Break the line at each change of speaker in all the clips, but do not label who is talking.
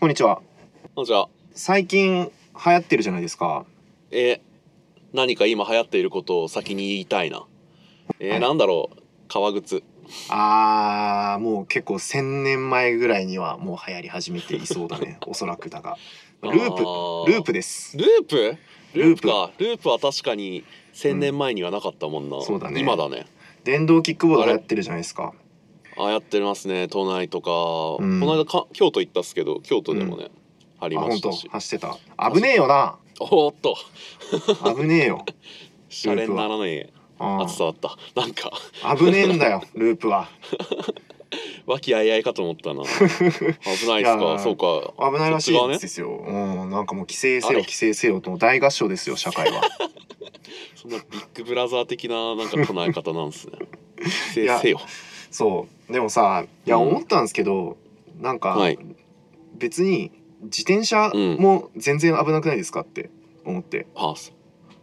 こんにちは。
こんにちは。
最近流行ってるじゃないですか。
えー何か今流行っていることを先に言いたいな。えー
はい
なんだろう。革靴。
あー、もう結構1000年前ぐらいにはもう流行り始めていそうだ ね。おそらくだが。ループ、ルー
プ。
プです。
ループループか。ループは確かに1000年前にはなかったもんな。
そうだね
今だね。
電動キックボード流行ってるじゃないですか。
あ、やってますね。都内とか。
うん
この間か京都行ったっすけど、京都でもね、あり
あ、
ま
本
し
当
たし。
走ってた。危ねえよな。
おーっと、
危ねえよ。
シャレにならない
うん
暑さだった。な んか、
危ねえんだよ、ループは。
和気あいあいかと思ったな。危ないっす
いやー
か。そうか。
危ないらし
そっち側
い
ね
ですよ。うん、なんかもう規制せ
あ
よ、
れ
規制せよと大合唱ですよ、社会は。
そんなビッグブラザー的ななんか唱え方な んですね。
いや
せせよ。
そう。でもさ、いや、
うん
思ったんですけど、なんか、
はい
別に自転車
うん
も全然危なくないですかって思って、
あそ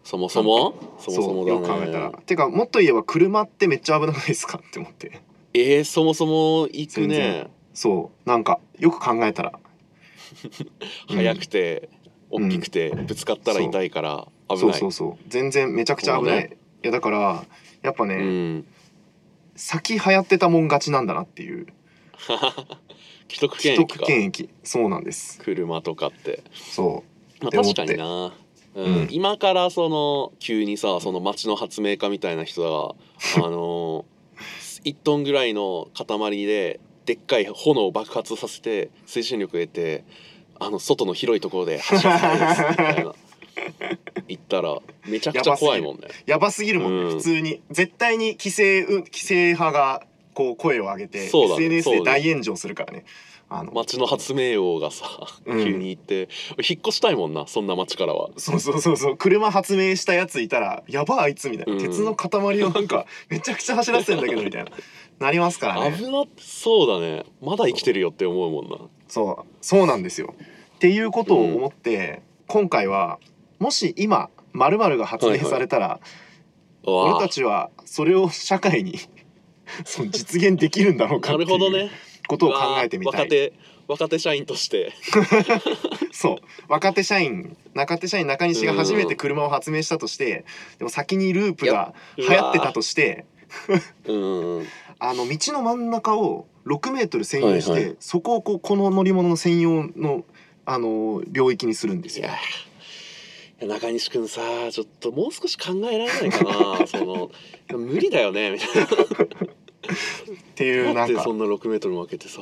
そもそもそもそもだ
よ
ね
く考えたらてかもっと言えば車ってめっちゃ危なくないですかって思って
えー、そもそも行く
全
ね
然そうなんかよく考えたらうん
速くて、
うん
大きくて、ぶつかったら痛いから危
そ
な
う
い
そううそう全然めちゃくちゃ危ない、い
そ
やだからやっぱね、
ん
先流行ってたもん勝ちなんだなっていう
既得
既
権益
得
か
権益そうなんです
車とかって、
そ
まあ、
って思っ
確
て
かにな、うん
うん
今からその急にさその町の発明家みたいな 人があの1トンぐらいの塊ででっかい炎を爆発させて推進力得てあの外の広いところで走らせたいですみたいな 言ったらめちゃくちゃ怖いもんね。
うやばすぎるもんね、
うん
普通に絶対に規制う規制派がこう声を上げて、
そうだね
SNS
そ
で
うだね
大炎上するからねあの
町の発明王がさ
うん
急に行って、引っ越したいもんなそんな町からは。
そうそうそう そう車発明したやついたらやばあいつみたいな、
うん
鉄の塊をなんかめちゃくちゃ走らせてんだけどみたいななりますからね
危なそうだねまだ生きてるよって思うもんな。
そうそうなんですよっていうことを思って、今回はもし今〇〇が発明されたら、
うわあ
俺たちはそれを社会 にその実現できるんだろうか
な
って
るほど
いう
ね。
ことを考えてみた
若
い、
手若手社員として
そう若手社員中手社員中西が初めて車を発明したとして、でも先にループが流行ってたとして。
うんうんうん
あの道の真ん中を6メートル占有して、
はいは
そこをこうこの乗り物の専用のあの領域にするんです
い
よ
や。いや中西君さちょっともう少し考えられないか なその無理だよねみたいな
っていう
だ
な
っ
ん
て
か
そんな6メートル負けてさ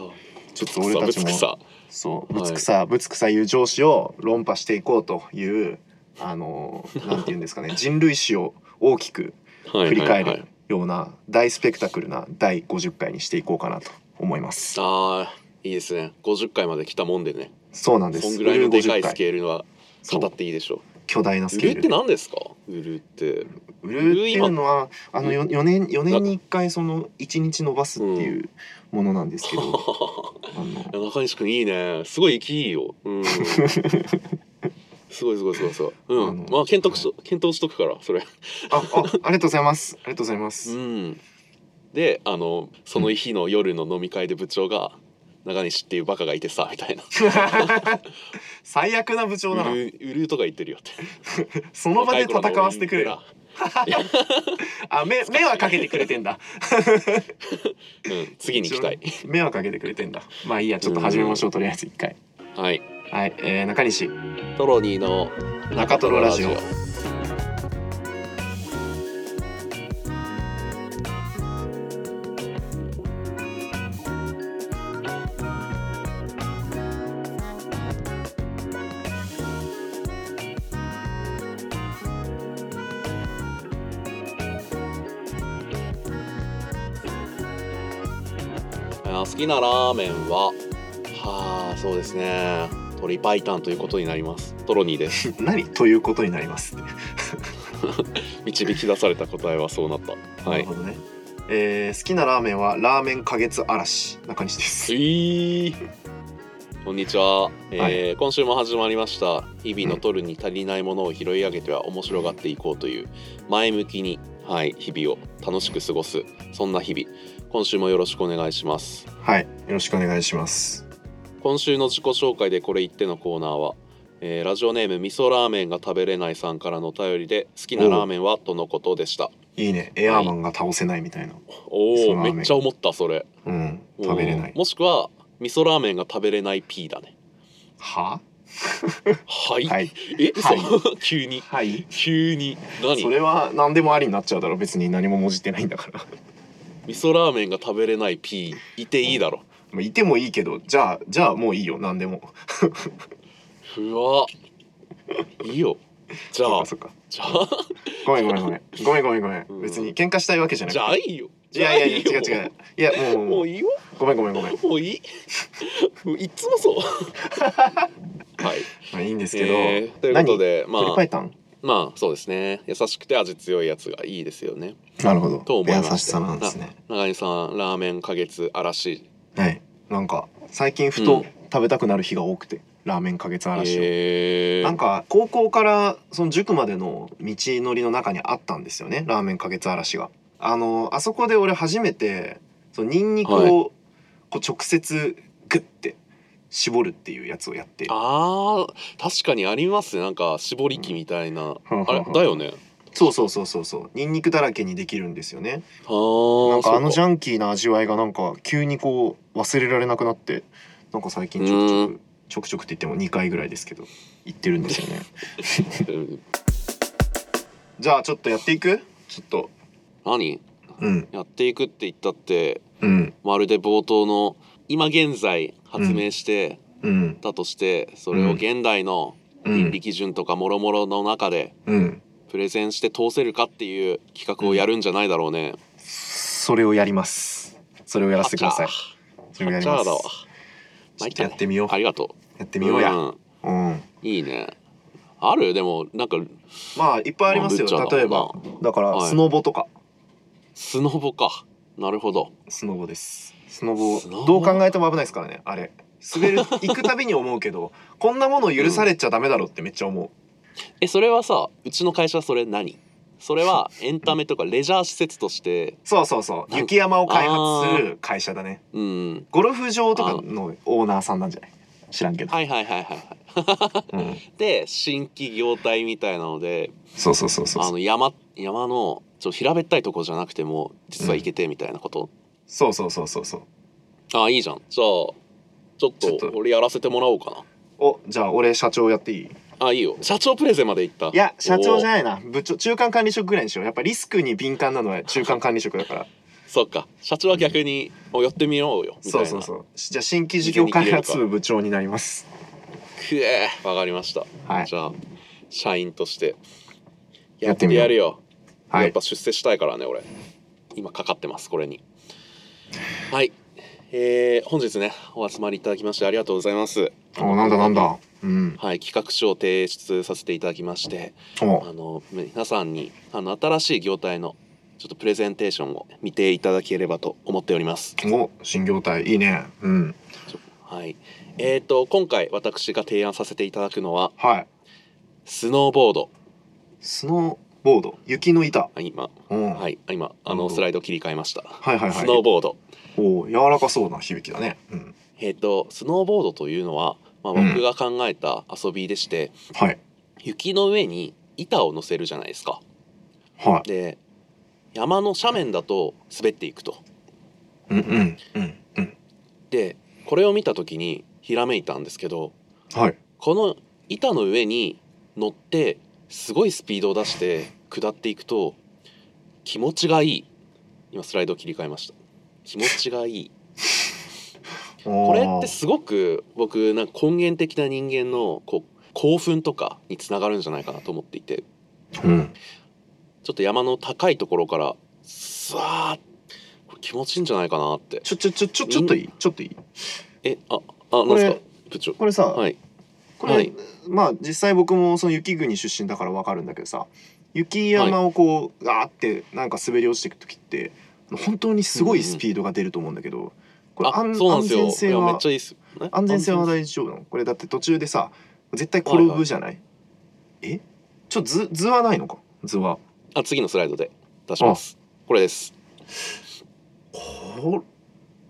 ちょっと俺たちも
ぶつくさ
そう
は
ぶ
い
つくさぶつくさいう上司を論破していこうというあのなんて言うんですか ね人類史を大きく振
振
り返るような大スペクタクルな第50回にしていこうかなと思います。
あーいいですね50回まで来たもんでね
そうなんです。
そんぐらいのでかい
50
スケールは
そう
語っていいでしょ
巨大な
う
ス
ウ
ケ
ル
ー
ー
ル
って
で。
何ですかウルーって
売るっていうのはあのよ4年四年に1回その1日延ばすっていうものなんですけど、あの
いや中西君いいねすごい息いいよう んすごいすごいすごいすごいうん
あの
まあ検討しと、検討しとくからそれ
ああありがとうございますありがとうございま
う
す、
んであのその日の夜の飲み会で部長が「中西っていうバカがいてさ」みたいな「
最悪な部長だな
うるううるうとか言ってるよ」って
その場で戦わせてくれよ
若
あ目目はかけてくれてんだ
い頃の俺に言ってなうん、 次に行きたい
目はかけてくれてんだまあいいやちょっと始めましょうとりあえず1回
はい
はい、えー、中西
トロニーの
中トロラジオ
あ好きなラーメンははあそうですね鶏白湯ということになりますトロニーです
何ということになります
導き出された答えはそうなったは
ないるほどね、えー、好きなラーメンはラーメン花月嵐中西です
えーこんにちは、えー今週も始まりました日々の取るに足りないものを拾い上げては面白がっていこうという前向きに、はい、日々を楽しく過ごすそんな日々今週もよろしくお願いします
はいよろしくお願いします
今週の自己紹介でこれ言ってのコーナーは、えーラジオネーム味噌ラーメンが食べれないさんからのお便りで好きなラーメンはとのことでした
いいねエアーマンが倒せないみたいな、
お
味噌
お
ラーメン
めっちゃ思ったそれ
うん食べれな
う
い
んもしくは味噌ラーメンが食べれない P だね
は
はい、
はい
え嘘、
は
急に
はい
急に何
それは何でもありになっちゃうだろ別に何ももじってないんだから
味噌ラーメンが食べれない P いていいだろ
まあいてもいいけどじゃあじゃあもういいよ何でも
ふわいいよじゃ
そっ
あ
かそっか
じゃあ
ごめんごめんごめんごめんごめんごめん、
うん
別に喧嘩したいわけじゃなく
じ
て
ゃあいいよ
いやいやいや
じゃあ
違う
いいよ
違ういやもうも
も
う
ういいよ
ごめんごめんごめん
もういいもういっ つ もそうはい
まあいいんですけど、
えーということでま
鳥パ
あ
イタン
まあそうですね優しくて味強いやつがいいですよね
なるほど
と思いました
優しさなんですね
永井さんラーメン花月嵐
はいなんか最近ふ
う
と
ん
食べたくなる日が多くて、ラーメン花月嵐を、
えー、
なんか高校からその塾までの道のりの中にあったんですよねラーメン花月嵐が。あのあそこで俺初めてそのニンニク
はい
をこう直接グッて絞るっていうやつをやって
あー確かにありますねなんか絞り器みたいな、
うん
あれだよね
そうそうそうそうそうニンニクだらけにできるんですよね
あー
なんかあのジ
ん
ャンキーな味わいがなんか急にこう忘れられなくなってなんか最近ちょくちょくちょ
う
くちょくって言っても2回ぐらいですけど行ってるんですよねじゃあちょっとやっていくちょっと
何
うん
やっていくって言ったって
うん
まるで冒頭の今現在発明して
うん
だとして、それを現代の
うん
倫理基準とか諸々の中で
うん
プレゼンして通せるかっていう企画をやるんじゃないだろうね。
それをやりますそれをやらせてください
は
それをやり
ちゃ
ま
ー
す
だわ。
ちょっとやってみよう
ありがと
やって
う。
みようや
ん
うん
いいね。あるでもなんか
まあいっぱいありますよ
まあぶっちゃ
例
だ
え
もんな
ばだから
はい
スノボとか
スノボか。なるほど。
スノボですスノボ
スノボ
どう考えても危ないですからねあれ滑る行くたびに思うけど こんなもの許されちゃダメだろってめっちゃ思う
えそれはさうちの会社それ何それ はエンタメとかレジャー施設として
そうそうそう
なん
雪山を開発する会社だね
うん
ゴルフ場とかのオーナーさんなんじゃない知らんけど、
はいはいはいはいはい
うん、
で新規業態みたいなので
そうそうそうそう
あの山山のちょっと平べったいところじゃなくても実は行けてみたいなこと、
そうそうそうそうそう
あいいじゃんじゃあちょっ
ちょっ
と
と
俺やらせてもらおうか
おじゃあ俺社長やっていい
なあいいよ社長プレゼンまで行った
いや社長じゃ
い
ないな部長中間管理職ぐらいにしようやっぱリスクに敏感なのは中間管理職だから
そっか社長は逆に、おやってみようよみたい
そう
な
そうそうじゃあ新規事業開発部部長になります
くえわかりました、
はい
じゃあ社員として
や
や
っ
ってて
みよう
やるよ
は
やっ
い
ぱ出世したいからね俺今かかってますこれにはいえー、本日ねお集まりいただきましてありがとうございます
おなんだなんだうん
はい企画書を提出させていただきまして
お
あの皆さんにあの新しい業態のちょっとプレゼンテーションを見ていただければと思っております
お新業態いいねうん
はいえー、と今回私が提案させていただくのは
はい
スノーボード
スノーボード雪の板
あ今
うん、
はい今
な
あ
るほど
のスライド切り替えました
はいはいはい
スノーボード
お柔らかそうな響きだねうん
えー、とスノーボードというのは、まあ、
うん
僕が考えた遊びでして、
はい
雪の上に板を乗せるじゃないですか
はい
で山の斜面だと滑っていくと
うんうんうんうん
でこれを見た時にひらめいたんですけど
はい
この板の上に乗ってすごいスピードを出して下っていくと気持ちがいい今スライドを切り替えました気持ちがいいこ
こ
れってすごく僕なんか根源的な人間のこう興奮とかにつながるんじゃないかなと思っていて
うん
ちょっと山の高いところからさあこれ気持ちいいんじゃないかなって
ちょちょちょちょちょっといいちょっといい
えああ
こ
なん
れ
すか部長
これさ、
はい
これ、
はい
まあ実際僕もその雪国出身だからわかるんだけどさ雪山をこう、ガーってなんか滑り落ちていく時って本当にすごいスピードが出ると思うんだけど、これ
あ
安
そうなん
安
ですよ
全性
いやめ
は
っちゃいいっすえ
安全性は
安
大丈夫なのこれだって途中でさ絶対転ぶじゃない、えちょ図図はないのか図は
あ次のスライドで出しますこれです
こ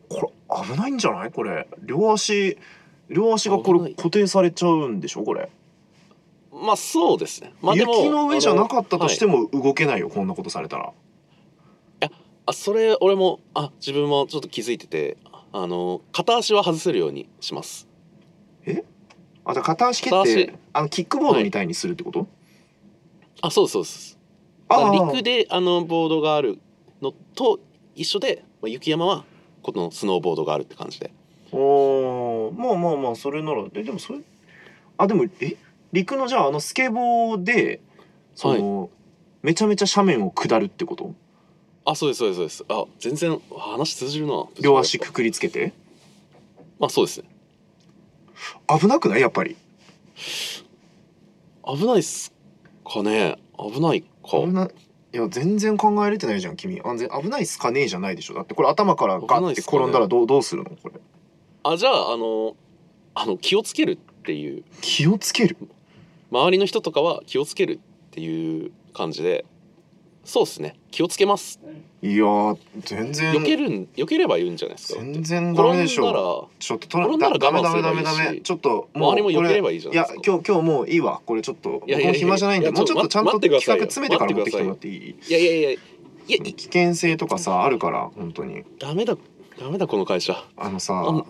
これ危ないんじゃないこれ両足両足がこ
危な
れ
い
固定されちゃうんでしょこれ、
まあそうですねまあでも
雪の上じゃな
あ
かったとしても動けないよ、こんなことされたら
あそれ俺もあ自分もちょっと気づいててあの片足は外せるようにします
あじゃあ片足蹴っ
片
てあのキックボードみたいにするってこと、
あそうですそうですだから
ああ
陸であのボードがあるのと一緒で、まあ、雪山はこのスノーボードがあるって感じで
おーまあまあまあそれならえでもそれあでもえ陸のじゃああのスケボーでその、めちゃめちゃ斜面を下るってこと
あそうですそうですそうですあ全然話通じるな
両足くくりつけて
まあそうですね
危なくないやっぱり
危ないっすかね危ないか
危ないや全然考えれてないじゃん君安全危ないっすかねえじゃないでしょだってこれ頭からガ
危な
ッ
いってすかね
転んだらどう,、どうするのこれ
あじゃああのあの気をつけるっていう
気をつける
周りの人とかは気をつけるっていう感じでそうっすね気をつけます
いやー全然
避けるん避ければいいんじゃないですか
全然ダメ
転
で
ん
し
だ
ょ
ら
ちょっとと
転んだ
ダ
ら
ダメ
我慢
ダ
す
メ
れば
ダ
いい
メ
し
ダメちょっと
周りも
こ
避け
れ
ればいいじゃ
い
ないで
や
すか
今日今日もういいわこれちょっと僕
いやいやいや
も暇じゃないんで
いや
もうちょっとちゃん
ちょ
と
っと
企
待待ってください
画
よ
詰めてから持ってきてもらっていい
いやいやいやいやいや
危険性とかさあるから本当に
ダメだダメだこの会社
あの
あ
さ
ん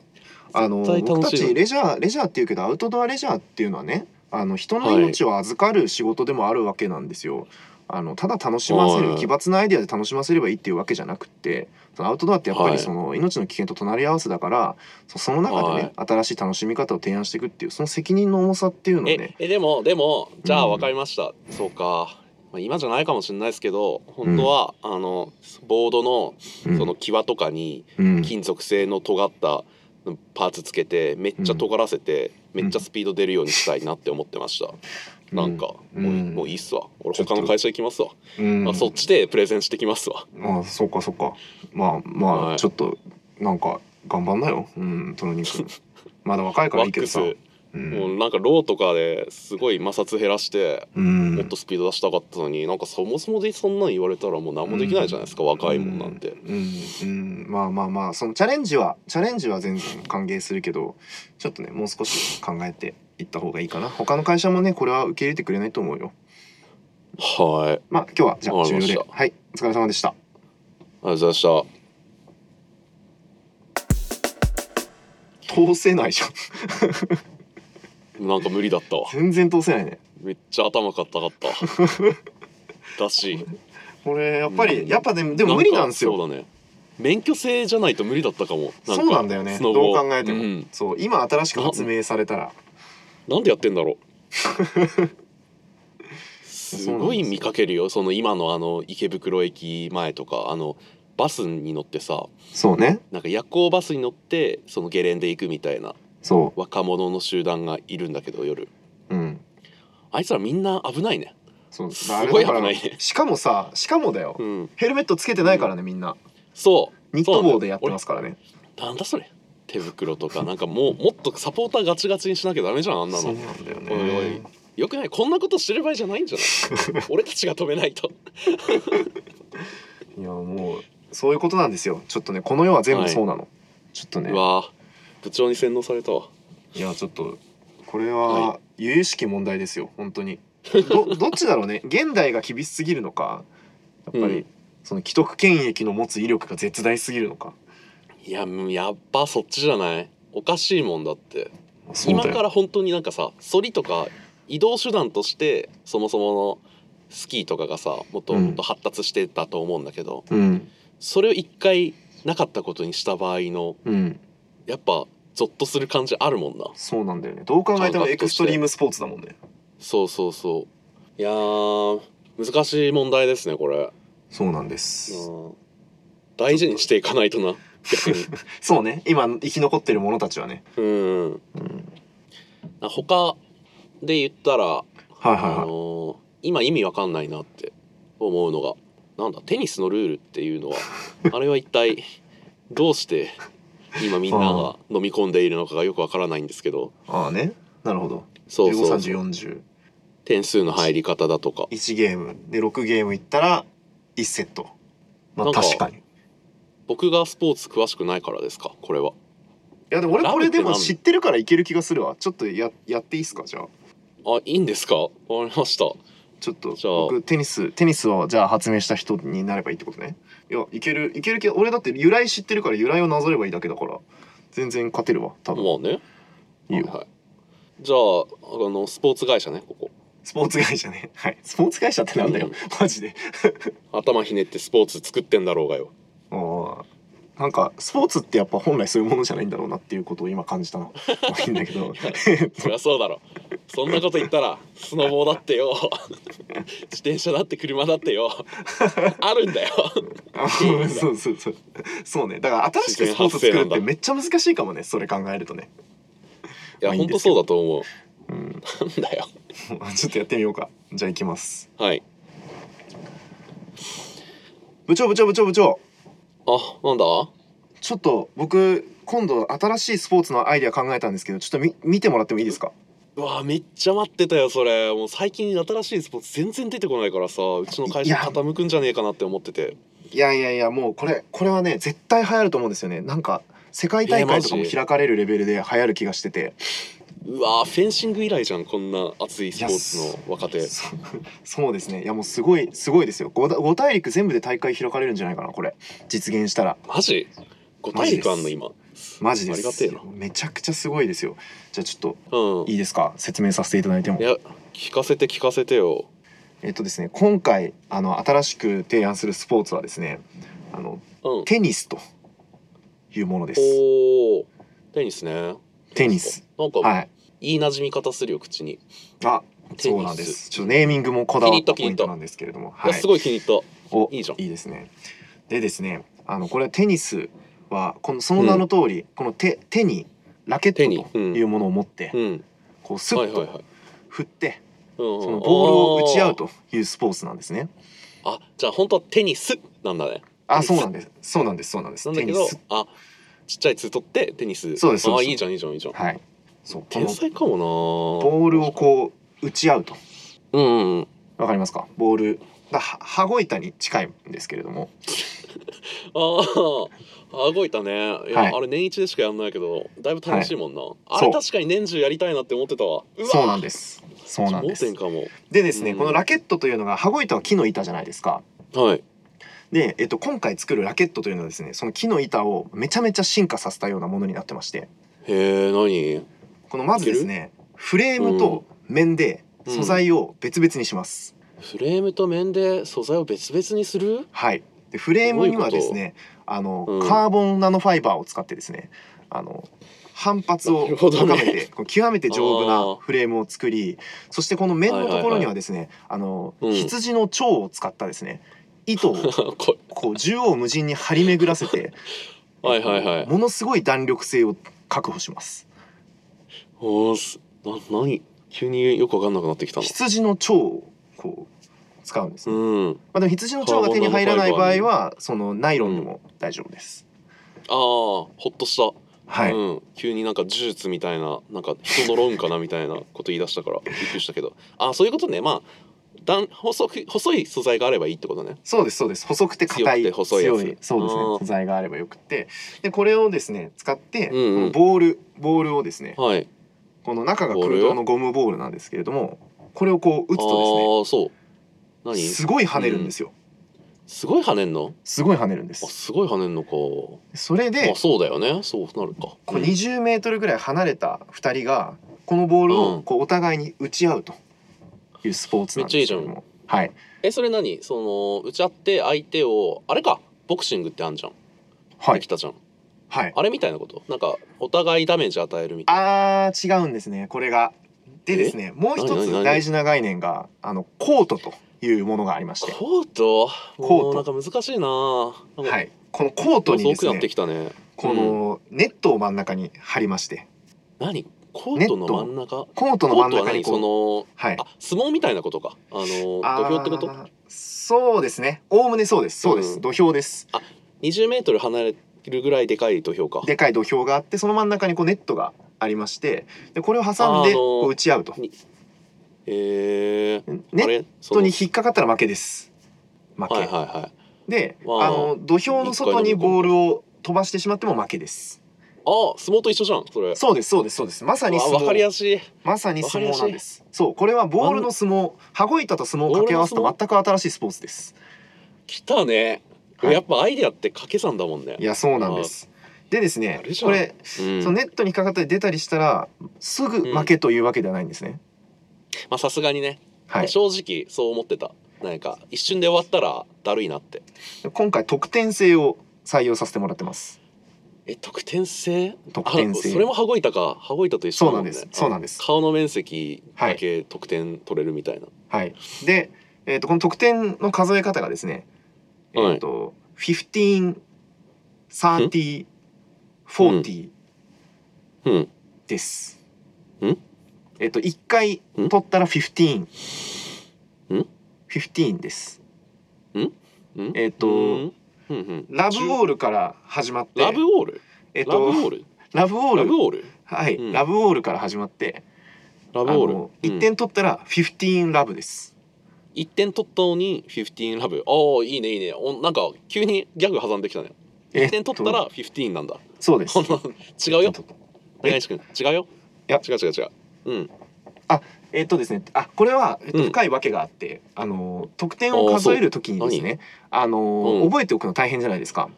あの
絶対
僕
楽
た
しいよ
ちレジャーレジャーっていうけどアウトドアレジャーっていうのはねあの人の命を預かる仕事でもあるわけなんですよ。あのただ楽しませ
は
る
い
奇抜なアイデアで楽しませればいいっていうわけじゃなくってそのアウトドアってやっぱ
は
り
い
その命の危険と隣り合わせだからそその中でね新しい楽しみ方を提案していくっていうその責任の重さっていうのを
え
ね
えでもでもじゃあ
うん
分かりました、そうか、まあ、今じゃないかもしれないですけど本当は、あのボードの
うん
その際とかに
うん
金属製の尖ったパーツつけてめっちゃ尖らせて、
ん
めっちゃスピード出るようにしたいなって思ってました、
うん
なんか、
うん
もうもういいっすわ俺
ちょっと
他の会社行きますわ、
うん
あそっちでプレゼンしてきますわ
ああそうかそうかまあま
は
あ
い
ちょっとなんか頑張んなようんとろに くんまだ若いから
ワ
いい
ッ
けど
クス
さう
も
ん、
うなんかローとかですごい摩擦減らして
うん、
もっとスピード出したかったのになんかそもそもでそんなん言われたらもう何もできないじゃないですか、若いもんなんて、
うん、うん、まあまあまあそのチャレンジはチャレンジは全然歓迎するけどちょっとねもう少し考えていった方がいいかな他の会社もねこれは受け入れてくれないと思うよ
はいありがとう
まあ今日はじゃあ
わか
終
りま
了
した
ではいお疲れ様でした
ございました
通せないじゃん
なんか無理だったわ
全然通せないね
めっちゃ頭固かっただし
これやっぱり、
うん
やっぱでもでも無理なんですよ
かそうだね免許制じゃないと無理だったかもか
そうなんだよね
スノ
ど
ボ
う考えても
ん
そう今新しく発明されたら
なんでやってん だろうす
そうなん
ご
で
い
すよ
見かけるよその今のあの池袋駅前とかあのバスに乗ってさ
そうね
なんか夜行バスに乗ってそのゲレンデ行くみたいな
そ
若者の集団がいるんだけど夜
ううん
あいつらみんな危ないね
そう
す
あれ
ごい
だから
危ないね
しかもさしかもだよ、
うん
ヘルメットつけてないからねみんな
そう
ニット帽で
そう
や
な
っ
んだ
て
よ
ますからね
俺なんだそれ手袋とかなんかもうもっとサポーターガチガチにしなきゃダメじゃんあんな
そう
の
なんだよ
おいお
ね
いよくないこんなことしてる場合じゃないんじゃない 俺たちが止めないと
いやもうそういうことなんですよちょっとねこの世は全部そうなの、ちょっとね
うわー部長に洗脳されたわ
いやちょっとこれ
は
は由々しき問題ですよ本当に どどっちだろうね現代が厳しすぎるのかやっぱり、
うん
その既得権益の持つ威力が絶大すぎるのか
いやもうやっぱそっちじゃないおかしいもんだって
そう
今
だよ
から本当になんかさそりとか移動手段としてそもそものスキーとかがさもっと
うん
もっと発達してたと思うんだけど、
うん
それを一回なかったことにした場合の
うん
やっぱゾッとする感じあるもんな
そうなんだよねどう考えてもエクストリームスポーツだもんね
そうそうそういやー難しい問題ですねこれ、
そうなんです、
うん大事にしていかないとな逆に
そうね今生き残ってる者たちはね、
うん
うん、
な他で言ったら
はい
あのー今意味わかんないなって思うのがなんだテニスのルールっていうの はあれは一体どうして今みんなが飲み込んでいるのかがよくわからないんですけど
ああねなるほど
そうそう
153040
点数の入り方だとか
1ゲームで6ゲームいったら1セットま
な
あ
んか
確かに
僕がスポーツ詳しくないからですかこれは
やでも俺
ラ
こ
ブっ
れ
て
でも
なん
知ってるからいける気がするわちょっとややっていいっすかじゃあ
あいいんですかわかりました
ちょっと
じゃあ
僕テニステニスをじゃあ発明した人になればいいってことねいやいけるいける気俺だって由来知ってるから由来をなぞればいいだけだから全然勝てるわ多分
まあね
いいよ
はい、じゃああのスポーツ会社ねここ
スポーツ会社ね はいスポーツ会社ってなんだよ、
うん
マジで
頭ひねってスポーツ作ってんだろうがよ
あーなんかスポーツってやっぱ本来そういうものじゃないんだろうなっていうことを今感じたなま あいいんだけど
そりゃそうだろそんなこと言ったらスノボーだってよ 自転車だって車だってよあるんだよ
あ
いいん だ
そうそうそうそうねだから新しくスポーツ作る
自然発生なん
っ
だ
てめっちゃ難しいかもねそれ考えるとね
いや
まあいい
ほ
ん
ん
で
と
すけ
そう
ど
だと思
うん
うなんだよ
ちょっとやってみようかじゃあ行きます
はい
部長部長部長部長
あなんだ
ちょっと僕今度新しいスポーツのアイデア考えたんですけどちょっとみ見てもらってもいいですか
うわめっちゃ待ってたよそれもう最近新しいスポーツ全然出てこないからさうちの会
い
社
や
傾くんじゃねえかなって思ってて
いやいやいやもうこれこれはね絶対流行ると思うんですよねなんか世界大会とか
えー
も
マジ
開かれるレベルで流行る気がしてて
うわフェンシング以来じゃんこんな熱いスポーツの若手
そそう ですねいやもうすごいすごいですよ 5, 五大陸全部で大会開かれるんじゃないかなこれ実現したら
マジ5
マ
大
ジです
陸あんの今
マジです
ありがてえな
めちゃくちゃすごいですよじゃあちょっと
うん
いいですか説明させていただいても
いや聞かせて聞かせてよ
えっとですね今回あの新しく提案するスポーツはですねあの
うん
テニスというものです
おおテニスね
テニス
なんか、
はい
い、い馴染み方するよ口に、
あ
テニス
そうなんですちょっとネーミングもこだわったポ
気に
イ
入った
ントなんですけれども
い
は
やすごい気に入っ
お
いいじゃん
いいですねでですねあのこれはテニスはこのその名の通り、この手手にラケッ
手に
トというものを持って、
たうん
こうス
はい
ッ
はい
と
はい
振って
うんうん
そのボールを打ち合うというスポーツなんですね
あーあじゃあ本当はテニスなんだね
あ
テニス
そうなんですそうなんですそうなんです
なんだ
テ
け
ニ
ど
ス
あちっちゃいツー取ってテニス
そうですそうです
あーいいじゃんいいじゃんいいじゃん
はいそうこ
天
の
才かもな
ボールをこう打ち合うと
ううんうんうん
わかりますかボールだは羽子板に近いんですけれども
ああ動いたねいや、
はい
あれ年一でしかやんないけどだいぶ楽しいもんな、あ
そ
れ
う
確かに年中やりたいなって思ってたわうわ
そうなんですそうなんです
盲点かも
でですね、
うん
このラケットというのが羽子板は木の板じゃないですか。
はい
で、えっと、今回作るラケットというのはですねその木の板をめちゃめちゃ進化させたようなものになってまして
へえ何
このまずですねフレームと面で
うん
素材を別々にします。
フレームと面で素材を別々にする
はいでフレームにはですねあの、
うん
カーボンナノファイバーを使ってですねあの反発を
なるほど
高
ね
めて、こう極めて丈夫
あ
な
ー
フレームを作りそしてこの面のところにはですね、あの、
うん
羊の腸を使ったですね糸を
こ
こ う縦横無尽に張り巡らせて
はいはいはい
ものすごい弾力性を確保します
おーすな何急によくわかんなくなってきたな
羊の腸をこう使うんです、ね
うん
まあ、でも羊の腸が手に入らない場
カーボンナノファイ
合
バ
はそのナイロンでも大丈夫です、
ああほっとした、
はい、
うん、急になんか呪術みたいななんか人のロンかなみたいなこと言い出したからびっくりしたけどあそういうことねまあだん細く細い素材があればいいってことね
そうですそうです細くて硬い
強くて細いやつ
そうですね
あー
素材があればよくてでこれをですね使って、
うんうん
このボールボールをですね
はい
この中が
ボール
空洞のゴムボールなんですけれどもこれをこう打つと
ああそう
で
何
すね
す
すごい跳ねるんですよ、
ごい跳ねんの
すごい跳ねるんで
あ
す
すごい跳ねんのか
それで
まあそうだよねそうなるか
こう
うん
20メートルぐらい離れた2人がこのボール
う
を
ん
こうお互いに打ち合うというスポーツなんですけど
めっ
もはい
えそれ何その打ち合って相手をあれかボクシングってあんじゃん、
は
で
い
きたじゃん
はい
あれみたいなことなんかお互いダメージ与えるみたい
あー違うんですねこれがでですねもう一
何
つ
何
大事な概念があのコートというものがありまし
な
て
コート
コート
もうなんか難しいななんか
はいこのコートに
遠
で
く
す
なって
ね
きたね
このネットを真ん中に張りまして
何コート
ネ
の
ット
真ん中
コートの
コ
真
ー
ん
トは
中に
何そ
こう
の
はい
あ相撲みたいなことかあの土俵ってこと
あーそうですねおおむねそうですそうで
う
す
ん
土俵です
20メートル離れるぐらいでかい土俵か
でかい土俵があってその真ん中にこうネットがありましてでこれを挟んで
あーあのー
こう打ち合うと
えー、
ネ
あ
ッ
れそ
ト
の
に引っかかったら負けです負け、
はいはいはい
で
わあ
あの土俵の外にボールを飛ばしてしまっても負けです
あ相撲と一緒じゃんそれ
そうですそうですそうですまさに
あ
相
分かり
撲
やすい
まさに相撲なんですそうこれはボールの相撲羽子板と相撲を掛け合わせ
ボー
た
ル
全く新しいスポーツです
来たね、
はい
やっぱアイデアって掛け算だもんね
いやそうなんですでですね
あれじゃん
これ
うん
そのネットにかかったり出たりしたらすぐ負けというわけではないんですね、
まあさすがにね、
はい
正直そう思ってたなんか一瞬で終わったらだるいなって
今回得点制を採用させてもらってます
え得点制
得点
あ
制
それも羽子板か羽子板と一緒だもね
そうなんですそうなんです
顔の面積だけ得点取れるみたいな、
はいで、えー、とこの得点の数え方がですねえっ、
はい
と、15 30 40
うん
です。
ん
えっと1回
ん
取ったら15
ん
15です。
うん
えっと
うんうんうん
ラブオールから始まって
ラブオール
えっ
ラブオ
と
ール
ラブオー
ラ
ル
ブオール
はい、
うん
ラブオールから始まって
ラブオー
あ
ル
の1点取ったら15ラブです。
1点取ったのに15ラブああいいねいいねおなんか急にギャグ挟んできたね
え
1点取った
っ
ら
と
15なんだ
そうです。
こんな違うよ
え
高橋君違うよ
いや
違う違う違ううん
えっとですね、あこれは、えっと
うん
深いわけがあって、あの得点を数えるときにですねあの、
うん
覚えておくの大変じゃないですか。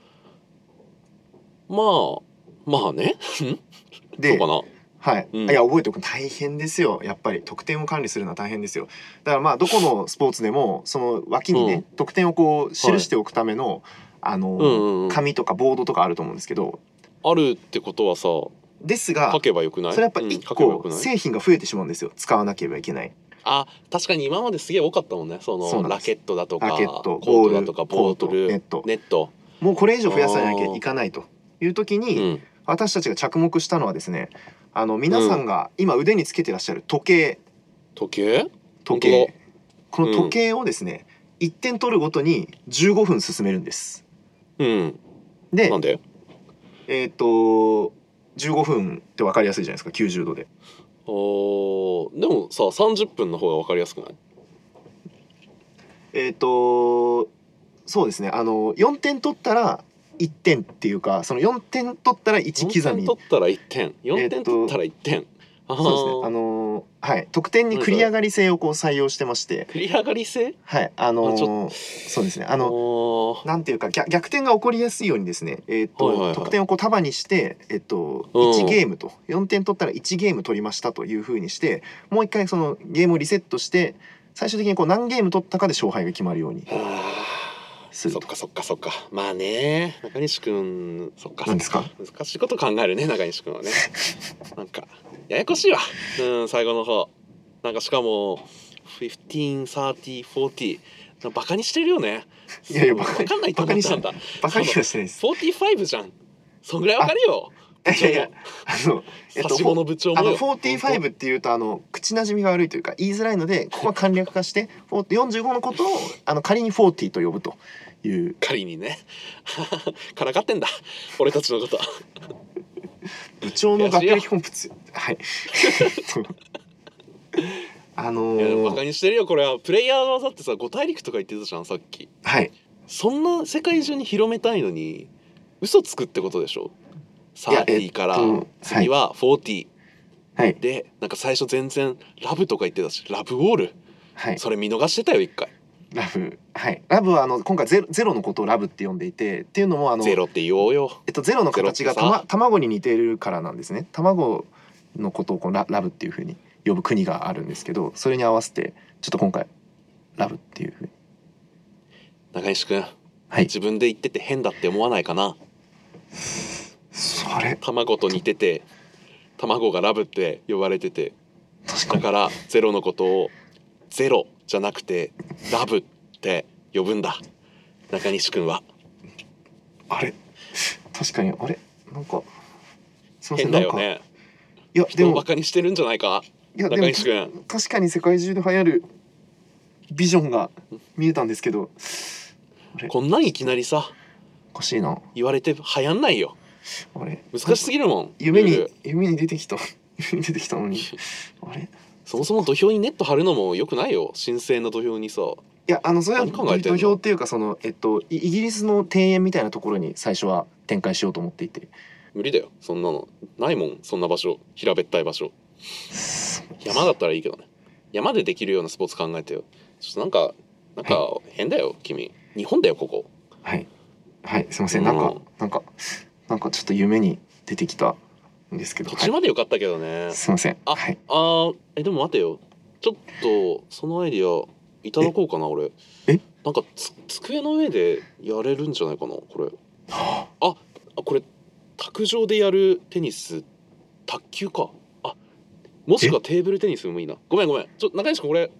まあまあねそう
で
かな
はい、
うん
いや覚えておくの大変ですよやっぱり得点を管理するのは大変ですよだからまあどこのスポーツでもその脇にね、
うん
得点をこう記しておくための、あの、
うんうんうん
紙とかボードとかあると思うんですけど
あるってことはさ
ですが
書けばよくない
それやっぱ
うん
一
書けばよ
個
くない
製品が増えてしまうんですよ使わなければいけない
あ確かに今まですげえ多かったもんねその
そうなんです
ラケットだとか
ラケット
コ
ボ
ート
ー
だ
ル
とか
コ
ボ
ー
ー
ト
ト
ネッ
ル
ト
ネット
もうこれ以上増やさなきゃいかないという時
う
に、
ん
私たちが着目したのはですねあの皆さんが今腕につけてらっしゃる時計
時計
時
本当
計
だ
この時計をですね、一点取るごとに15分進めるんです。
うん
で
なんで
えっ、と15分って分かりやすいじゃないですか90度で。
おーでもさ30分の方が分かりやすくない
えっ、とそうですねあの4点取ったら1点っていうかその4点取ったら1
4
刻
点
み
取ったら1点
え
4
っと
点取ったら1点あー
そうですねあのはい得点に繰り上がり性をこう採用してまして
繰り上がり性
はいあの
あちょ
そうですねあ
あ
のなんていうか逆逆転が起こりやすいようにですね、えっと
はいはいはい
得点をこう束にして、えっと
うん
1ゲームと4点取ったら1ゲーム取りましたというふうにしてもう一回そのゲームをリセットして最終的にこう何ゲーム取ったかで勝敗が決まるようにする
そっ
と。
かそっかそっかまあね中西くんそっか
なんですか
難しいこと考えるね中西くん はねなんかややこしいわうん最後の方なんかしかも153040バカにしてるよね
いやいやバ
わ
カに
かんないと思ってたんだ
バカにはしてないです。
45じゃんそんぐらいわかるよ
いやいやあのえっと
差し子の部長も
あの
よ
45っていうとあの口なじみが悪いというか言いづらいのでここは簡略化して45のことをあの仮に40と呼ぶという
仮にね からかってんだ俺たちの こと
部長の学歴コンプツはい あの
いや
ー
バカにしてるよこれはプレイヤー技ってさ五大陸とか言ってたじゃんさっき
はい
そんな世界中に広めたいのに嘘つくってことでしょ
いや
30か
え
ら
っとはい
次は40、
はい
でなんか最初全然ラブとか言ってたしラブウォール
はい
それ見逃してたよ一回
ラブはいラブはあの今回ゼロゼロのことをラブって呼んでいてっていうのもあの
ゼロって言おうよ
えっとゼロの形がた
ゼロって
ま卵に似てるからなんですね卵のことをこうララブっていうふうに呼ぶ国があるんですけどそれに合わせてちょっと今回ラブっていうふうに
中西くん
はい
自分で言ってて変だって思わないかな
それ
卵と似てて卵がラブって呼ばれてて
確か
だ
に
からゼロのことをゼロじゃなくてラブって呼ぶんだ中西くんは
あれ確かにあれなんかすいません
変だ
な
よ
んかい
ね
やで
人を
も
バカにしてるんじゃないか
いやで
中
も
西くん
確かに世界中で流行るビジョンが見えたんですけど
こんなんいきなりさ
おかしいな
言われて流行んないよ
あれ
難しすぎるもん
夢
ルー
に
ル
夢に出てきた 夢に出てきた のにあれい
そもそも土俵にネット張るのもよくないよ神聖な土俵にさ
やあのそれは
何考えて
土
んの
俵っていうかそのえっとイイギリスの庭園みたいなところに最初は展開しようと思っていて
無理だよそんなのないもんそんな場所平べったい場所山だったらいいけどね山でできるようなスポーツ考えてよちょっとなんかなんか変だよ、君日本だよここ
はいはいすいませんなんか、
うん
なんかなんかちょっと夢に出てきたんですけど、
途
は
中
い、
までよかったけどね、
すいません
あ
はい
あーえでも待てよちょっとそのアイディアいただこうかな俺
え
なんかつ机の上でやれるんじゃないかなこれ
は
ああこれ卓上でやるテニス卓球かあもしくはテーブルテニスもいいなごめんごめんちょ中西君これ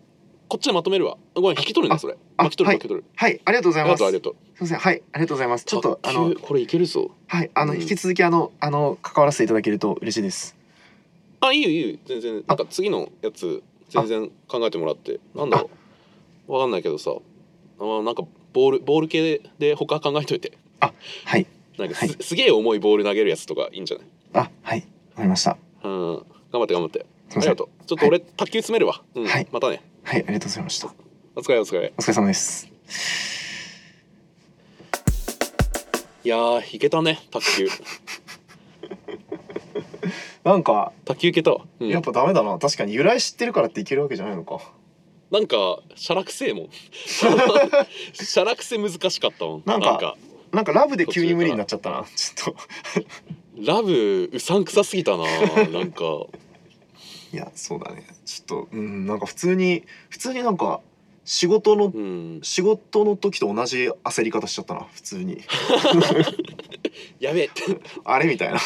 こっちでまとめるわごめん引き取るねそれ
あ
巻き取
は
る
い
巻き取る
はいありがとうござ
あ
い
りが
ます
とうあり
す
がとう
いませんはいありがとうございますちょっとあ
卓
の
球これいけるぞ
はいあの、
うん
引き続きあのあの関わらせていただけると嬉しいです
あいいよいいよ全然なんか次のやつ全然考えてもらってなんだろうわかんないけどさあなんかボールボール系で他考えといて
はい
なんか
は
す,、
い
すげえ重いボール投げるやつとかいいんじゃない
あはいわかりました
うん頑張って頑張って
すいま
あり
せん
がとうちょっと俺、卓球詰めるわ、うん
はい
またね
はいありがとうございました
お疲れお疲れ
お疲れ様です
いやーいけたね卓球
なんか、
卓球いけたわ、うん、
やっぱダメだな確かに由来知ってるからっていけるわけじゃないのか
なんかしゃらくせ えもんしゃらくせ難しかったもん
なんかなんかラブで急に無理になっちゃったなちょっと
ラブうさんくさすぎたななんか
いやそうだねちょっとうんなんか普通に普通になんか仕事の、
うん
仕事の時と同じ焦り方しちゃったな普通に
やべえって
あれみたいな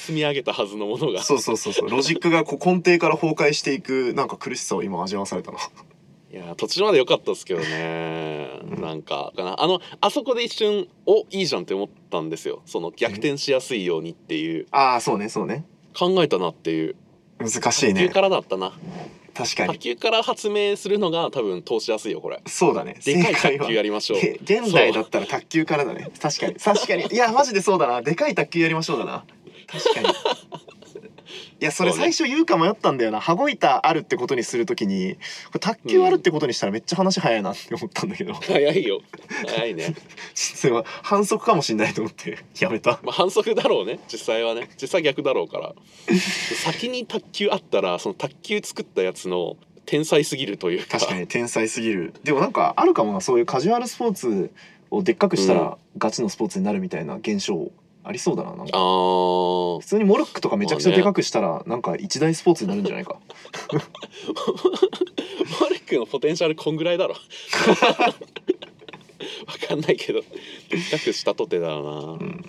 積み上げたはずのものが
そうそうそうそうロジックがこう根底から崩壊していくなんか苦しさを今味わわされたない
や途中まで良かったですけどね
うん
なんかかなあのあそこで一瞬おいいじゃんって思ったんですよその逆転しやすいようにっていう
ああそうねそうね
考えたなっていう
難しい
卓球
ね
からだったな、
確か
卓
に
球から発明するのが多分通しやすいよこれ
そうだね
でかい
正解
卓
は
球やりましょう
げ現代だったら卓球からだね確かに確かにいやマジでそうだなでかい卓球やりましょうだな確かにいやそれ
そうね
最初言うか迷ったんだよな羽子板あるってことにするときにこれ卓球あるってことにしたらめっちゃ話早いなって思ったんだけど、
早いよ早いね、
実は反則かもしんないと思ってやめた
まあ、反則だろうね実際はね実際逆だろうから先に卓球あったらその卓球作ったやつの天才すぎるというか
確かに天才すぎるでもなんかあるかもなそういうカジュアルスポーツをでっかくした
うん
らガチのスポーツになるみたいな現象ありそうだななん
あ
か
ー
普通にモルックとかめちゃくち
ま
ゃ
あね
でかくしたらなんか一大スポーツになるんじゃないか
マルクのポテンシャルこんぐらいだろ わかんないけどでっかくしたとてだろうな、
うん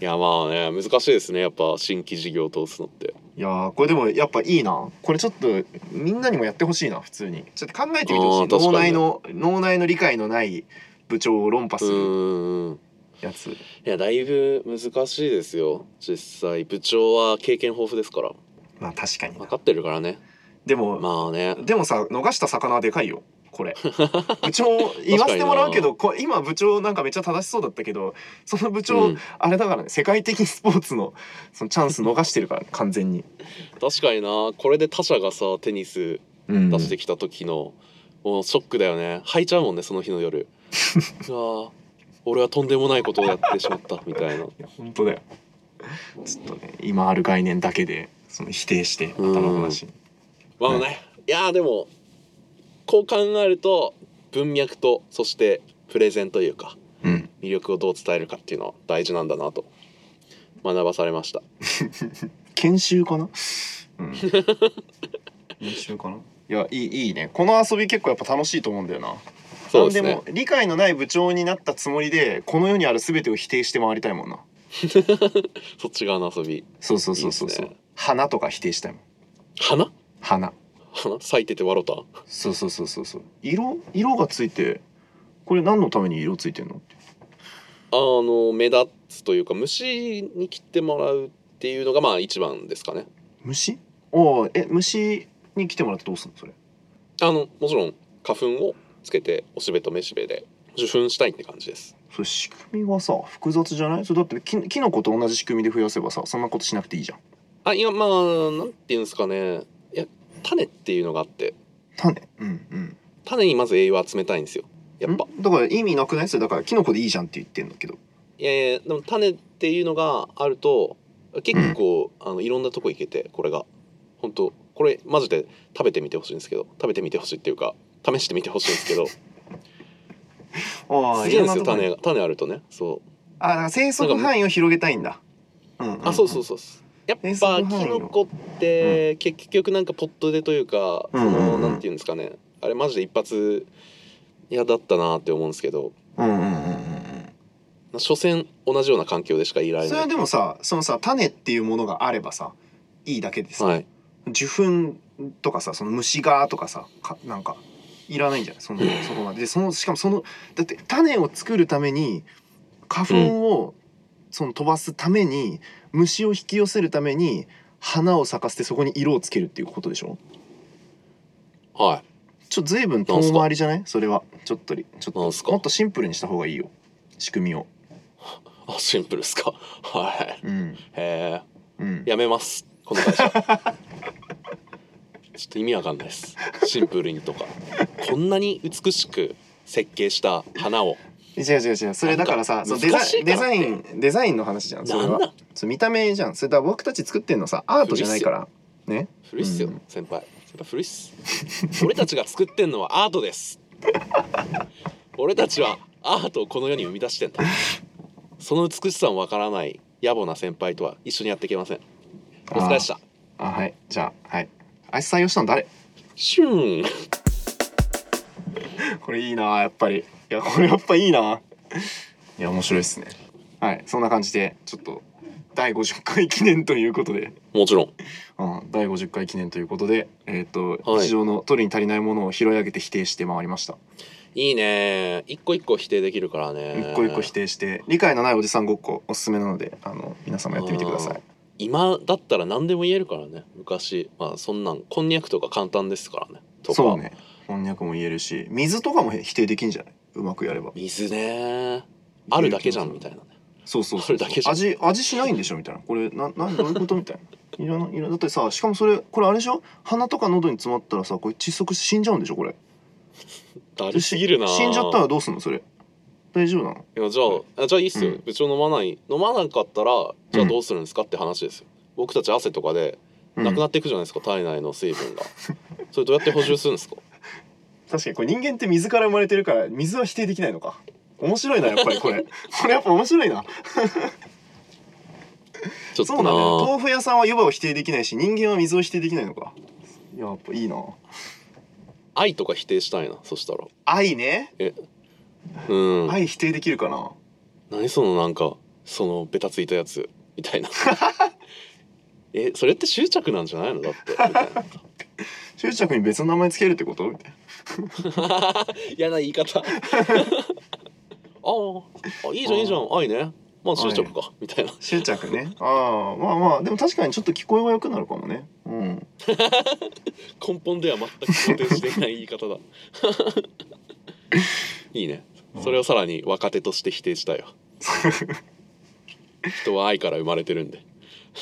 いやまあね難しいですねやっぱ新規事業を通すのって
いやーこれでもやっぱいいなこれちょっとみんなにもやってほしいな普通にちょっと考えてみてほし
あー
い
確か
脳
にね
内の脳内の理解のない部長を論破
う
する
ーん
やつ
いやだいぶ難しいですよ実際部長は経験豊富ですから
まあ確かに
分
な
かってるからね
でも、
まあね
でもさ逃した魚はでかいよこ れ部長言わせてもらうけどこ今部長なんかめっちゃ正しそうだったけどその部長、
うん
あれだからね世界的スポーツのそのチャンス逃してるから、ね、完全に、
確かになこれで他社がさテニス
うん
出してきた時の、もうショックだよね吐いちゃうもんねその日の夜 うわー俺はとんでもないことをやってしまったみたいない
や本当だよちょっとね今ある概念だけでその否定して頭の話に
まあね、いやーでもこう考えると文脈とそしてプレゼンというか
うん
魅力をどう伝えるかっていうのは大事なんだなと学ばされました
研修かな、うん、 研修かないやいいいいねこの遊び結構やっぱ楽しいと思うんだよな
そうですね
なんでも理解のない部長になったつもりでこの世にある全てを否定して回りたいもんな
そっち側の遊び
そうそうそうそうそう
いいですね
花とか否定したいもん
花
花
花咲いてて笑った
そうそうそうそうそう色色がついてこれ何のために色ついてんのって
あの目立つというか虫に切ってもらうっていうのがまあ一番ですかね
虫おーえ虫に来てもらってどうすんのそれ
あのもちろん花粉をつけておしべとめしべで受粉したいって感じです
それ仕組みはさ複雑じゃないそれだってきキノコと同じ仕組みで増やせばさそんなことしなくていいじゃん
あいやまあなんていうんですかねいや種っていうのがあって
種うんうん
種にまず栄養を集めたいんですよやっぱ
んだから意味なくないそれだからキノコでいいじゃんって言ってんだけど
いやいやでも種っていうのがあると結構、あのいろんなとこ行けてこれが本当これマジで食べてみてほしいんですけど食べてみてほしいっていうか試してみてほしいんですけど
ああ
すげえんですよ
いろんなとこ
種
に
が種あるとねそ
あだから生息範囲を広げたいんだうん
うあそうそううそうですやっ
えそ
ぱ
こない
キ
の
ノコって結局なんかポットでというかそ
うんうん
の
うん
なんていうんですかねあれマジで一発嫌だったなって思うんですけど
うんうんうんうんうん
所詮同じような環境でしかいられ
それ
な
はいでもさそのさ種っていうものがあればさいいだけでさ、
はい
受粉とかさその虫がとかさかなんかいらないんじゃないそのそこまででそのしかもそのだって種を作るために花粉をその飛ばすために、虫を引き寄せるために花を咲かせてそこに色をつけるっていうことでしょ
は
ちょっと随分遠回りじゃないそれはちょっとりちょっ
いなんす
と
か
もっとシンプルにした方がいいよ仕組みを
あシンプルっすかはい
うん
へえ
うん
やめますこの会社 ちょっと意味わかんないですシンプルにとかこんなに美しく設計した花を
違う違う違うそれだから
な
さ
んか
そのデザ
難し
イン
い
デ
からっ
ザ
て
インデザインの話じゃんそれ
なんな
は
ん
それ見た目じゃんそれだから僕たち作ってんのさアートじゃないからね
古いっすよ、
うん
先輩先輩古いっす俺たちが作ってんのはアートです俺たちはアートをこの世に生み出してんだその美しさもわからない野暮な先輩とは一緒にやっていけませんお疲れでした
あはいじゃあはいあいつ採用したの誰
シューン
これいいなやっぱりいやこれやっぱいいないや面白いっすねはいそんな感じでちょっと第50回記念ということで、
もちろん
うん、第50回記念ということでえっ、と、
はい
日常の取りに足りないものを拾い上げて否定して回りました
いいね一個一個否定できるからね
一個一個否定して理解のないおじさんごっこおすすめなのであの皆様やってみてください
今だったら何でも言えるからね昔まあそんなんこんにゃくとか簡単ですからねとか
そうねこんにゃくも言えるし水とかも否定できんじゃないうまくやれば
水ねあるだけじゃんみたいなね
そうそうそう
あれだけじゃん
味味しないんでしょみたいなこれななどういうことみたいない ろんないろんだってさしかもそれこれあれでしょ鼻とか喉に詰まったらさこれ窒息して死んじゃうんでしょこれ
だるすぎるな
死んじゃったらどうすんのそれ大丈夫なの
いやじゃああじゃあいいっすよ、
うん
部長飲まない飲まなかったらじゃあどうするんですかって話ですよ、僕たち汗とかで
うん
なくなっていくじゃないですか、体内の水分がそれどうやって補充する んですか
確かにこれ人間って水から生まれてるから水は否定できないのか面白いなやっぱりこ れこれやっぱ面白いな
ちょっ
そ
と
うなんだよ
な
豆腐屋さんは湯葉を否定できないし人間は水を否定できないのかいややっぱいいな
愛とか否定したいなそしたら
愛ね
うん、
愛否定できるかな
何そのなんかそのベタついたやつみたいな えそれって執着なんじゃないのだってみたいな
執着に別の名前つけるってことみたいな
嫌な言い方あああいいじゃんいいじゃん愛ねまあ執着かみたいな
執着ねああまあまあでも確かにちょっと聞こえは良くなるかもねうん
根本では全く肯定してない言い方だ いいねそれをさらに若手として否定した よ人は愛から生まれてるんで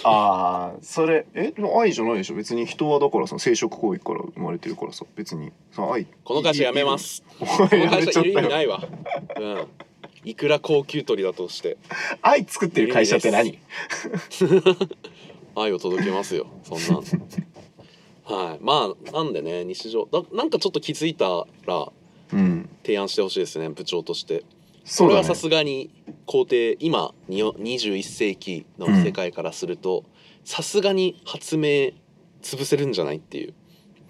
ああそれえでも愛じゃないでしょ別に人はだからその生殖行為から生まれてるからさ別にさ愛
この会社やめますす
お
こ
い
の
やめ
会
ちゃ
社
っ
いる意
た
味
よ
ないわうんいくら高級鳥だとして
愛作ってる会社って何
愛を届けますよそんなんはいまあなんでね日常だなんかちょっと気づいたら
うん
提案してほしいですね部長として
そう
これ
だ
は
ね
さすがに皇帝今によ21世紀の世界からするとさすがに発明潰せるんじゃないっていう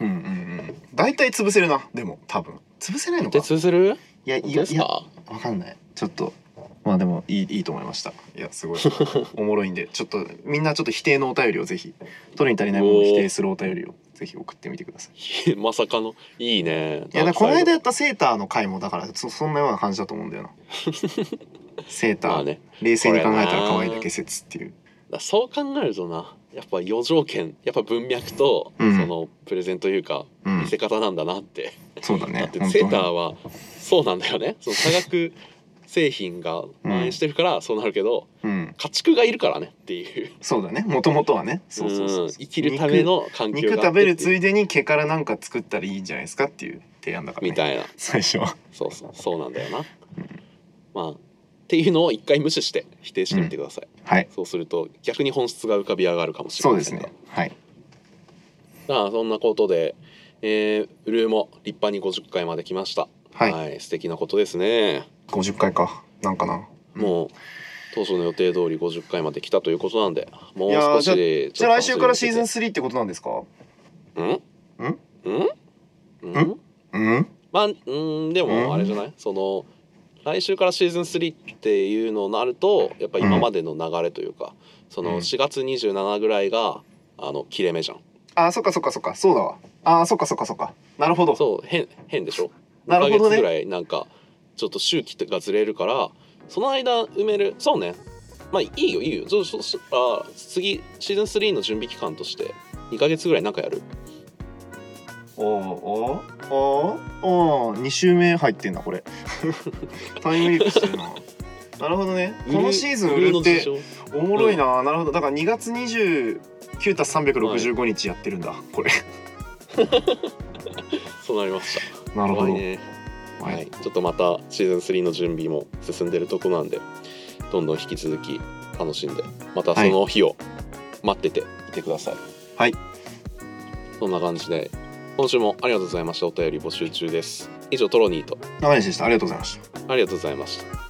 うんうんうん大体潰せるなでも多分潰せないのか
で潰せる
いや
本
い
当
や
で
い
す
や
か
わかんないちょっとまあでもいいいいと思いましたいや すごいおもろいんでちょっとみんなちょっと否定のお便りをぜひ取りに足りないものを否定するお便りをぜひ送ってみてください
まさかのいいね
いやだからこの間
ダークサイ
やったセーターの回もだからそそんなような感じだと思うん だよなセータ
ド
ー、
まあね
冷静に考えたら可愛いだけ説っていう
だそう考えるとなやっぱ余条件やっぱ文脈とそ
うん
のプレゼンというか
うん
見せ方なんだなって、
そうだ
だ
ね
って
本当
セー
に
ターはそうなんだよねその化学製品が蔓延してるからそうなるけど
うん
家畜がいるからねっていう
そうだねもともとはねそうそうそう
うん生きるための環境
肉肉
があ
食
って
べ
っていう
るついでに毛からなんか作ったらいいんじゃないですかっていう提案だから、ね、
みたいな
最初は
そうそうそうなんだよなまあっていうのを一回無視して否定してみてください、
はい
そうすると逆に本質が浮かび上がるかもしれ
そう
ま
で
せ
す
んが
ねはい
まあそんなことで、えー、ウルーも立派に50回まで来ました
はい、
素敵なことですね、
50回かなんかな
もう当初の予定通り50回まで来たということなんでもう
いやー
少しで
じゃあ来週からシーズン
ン
3ってことなんですか
うん
ん
うん
んうん
まあうんで
うん
もあれじゃない、その来週からシーズン3っていうのになるとやっぱ今までの流れというか、そ
うん
の4月27ぐらいがあの切れ目じゃん
あーそっかそっかそっかそうだわあーそっかそっかそっかなるほど
そう変変でしょ
な
2
る
ヶ
ほどね
月ぐらいなんかちょっと周期がずれるからその間埋めるそうねまあいいよいいよそそそあ次シーズン3の準備期間として2ヶ月ぐらいなんかやる
おーおーおーおー2週目入ってんなこれ タイムリープしてるななるほどねこのシーズン売るっ
売
て
るの事
おもろいな、なるほどだから2月29たす365日やってるんだ、これ
情そうなりました
なるほど、
怖いね
は
はいい、ちょっとまたシーズン3の準備も進んでるとこなんでどんどん引き続き楽しんでまたその日を待ってていてください
はい
そんな感じで今週もありがとうございましたお便り募集中です以上トロニーと
中西でしたありがとうございました
ありがとうございました